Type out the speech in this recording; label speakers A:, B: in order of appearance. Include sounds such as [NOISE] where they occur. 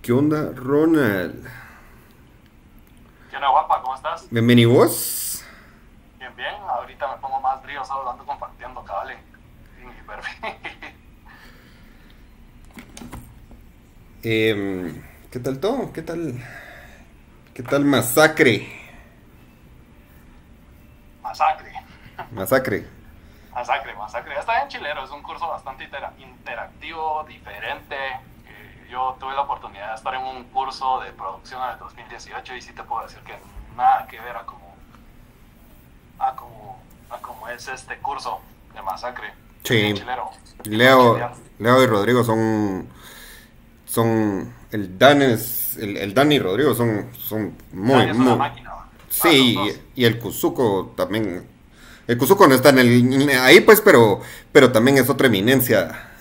A: ¿Qué onda, Ronald?
B: ¿Qué onda, guapa? ¿Cómo estás?
A: Bienvenido vos.
B: Bien, bien. Ahorita me pongo más brío, solo ando compartiendo, cabale. En mi perfil.
A: Em, ¿Qué tal todo? ¿Qué tal? ¿Qué tal masacre?
B: [LAUGHS] Masacre.
A: Masacre.
B: Masacre, masacre. Está bien chilero, es un curso bastante intera- interactivo, diferente. Eh, yo tuve la oportunidad de estar en un curso de producción en el 2018 y sí te puedo decir que nada que ver a como, a como, a como es este curso de masacre.
A: Sí.
B: Bien chilero.
A: Leo,
B: Chilear.
A: Leo y Rodrigo son, son el Dan es- el, el Dan y Rodrigo son, son muy,
B: Ay, es una
A: muy,
B: máquina. va.
A: sí,
B: Ah, los dos.
A: y, y el Kuzuko también, el Kuzuko no está en el, ahí pues, pero, pero también es otra eminencia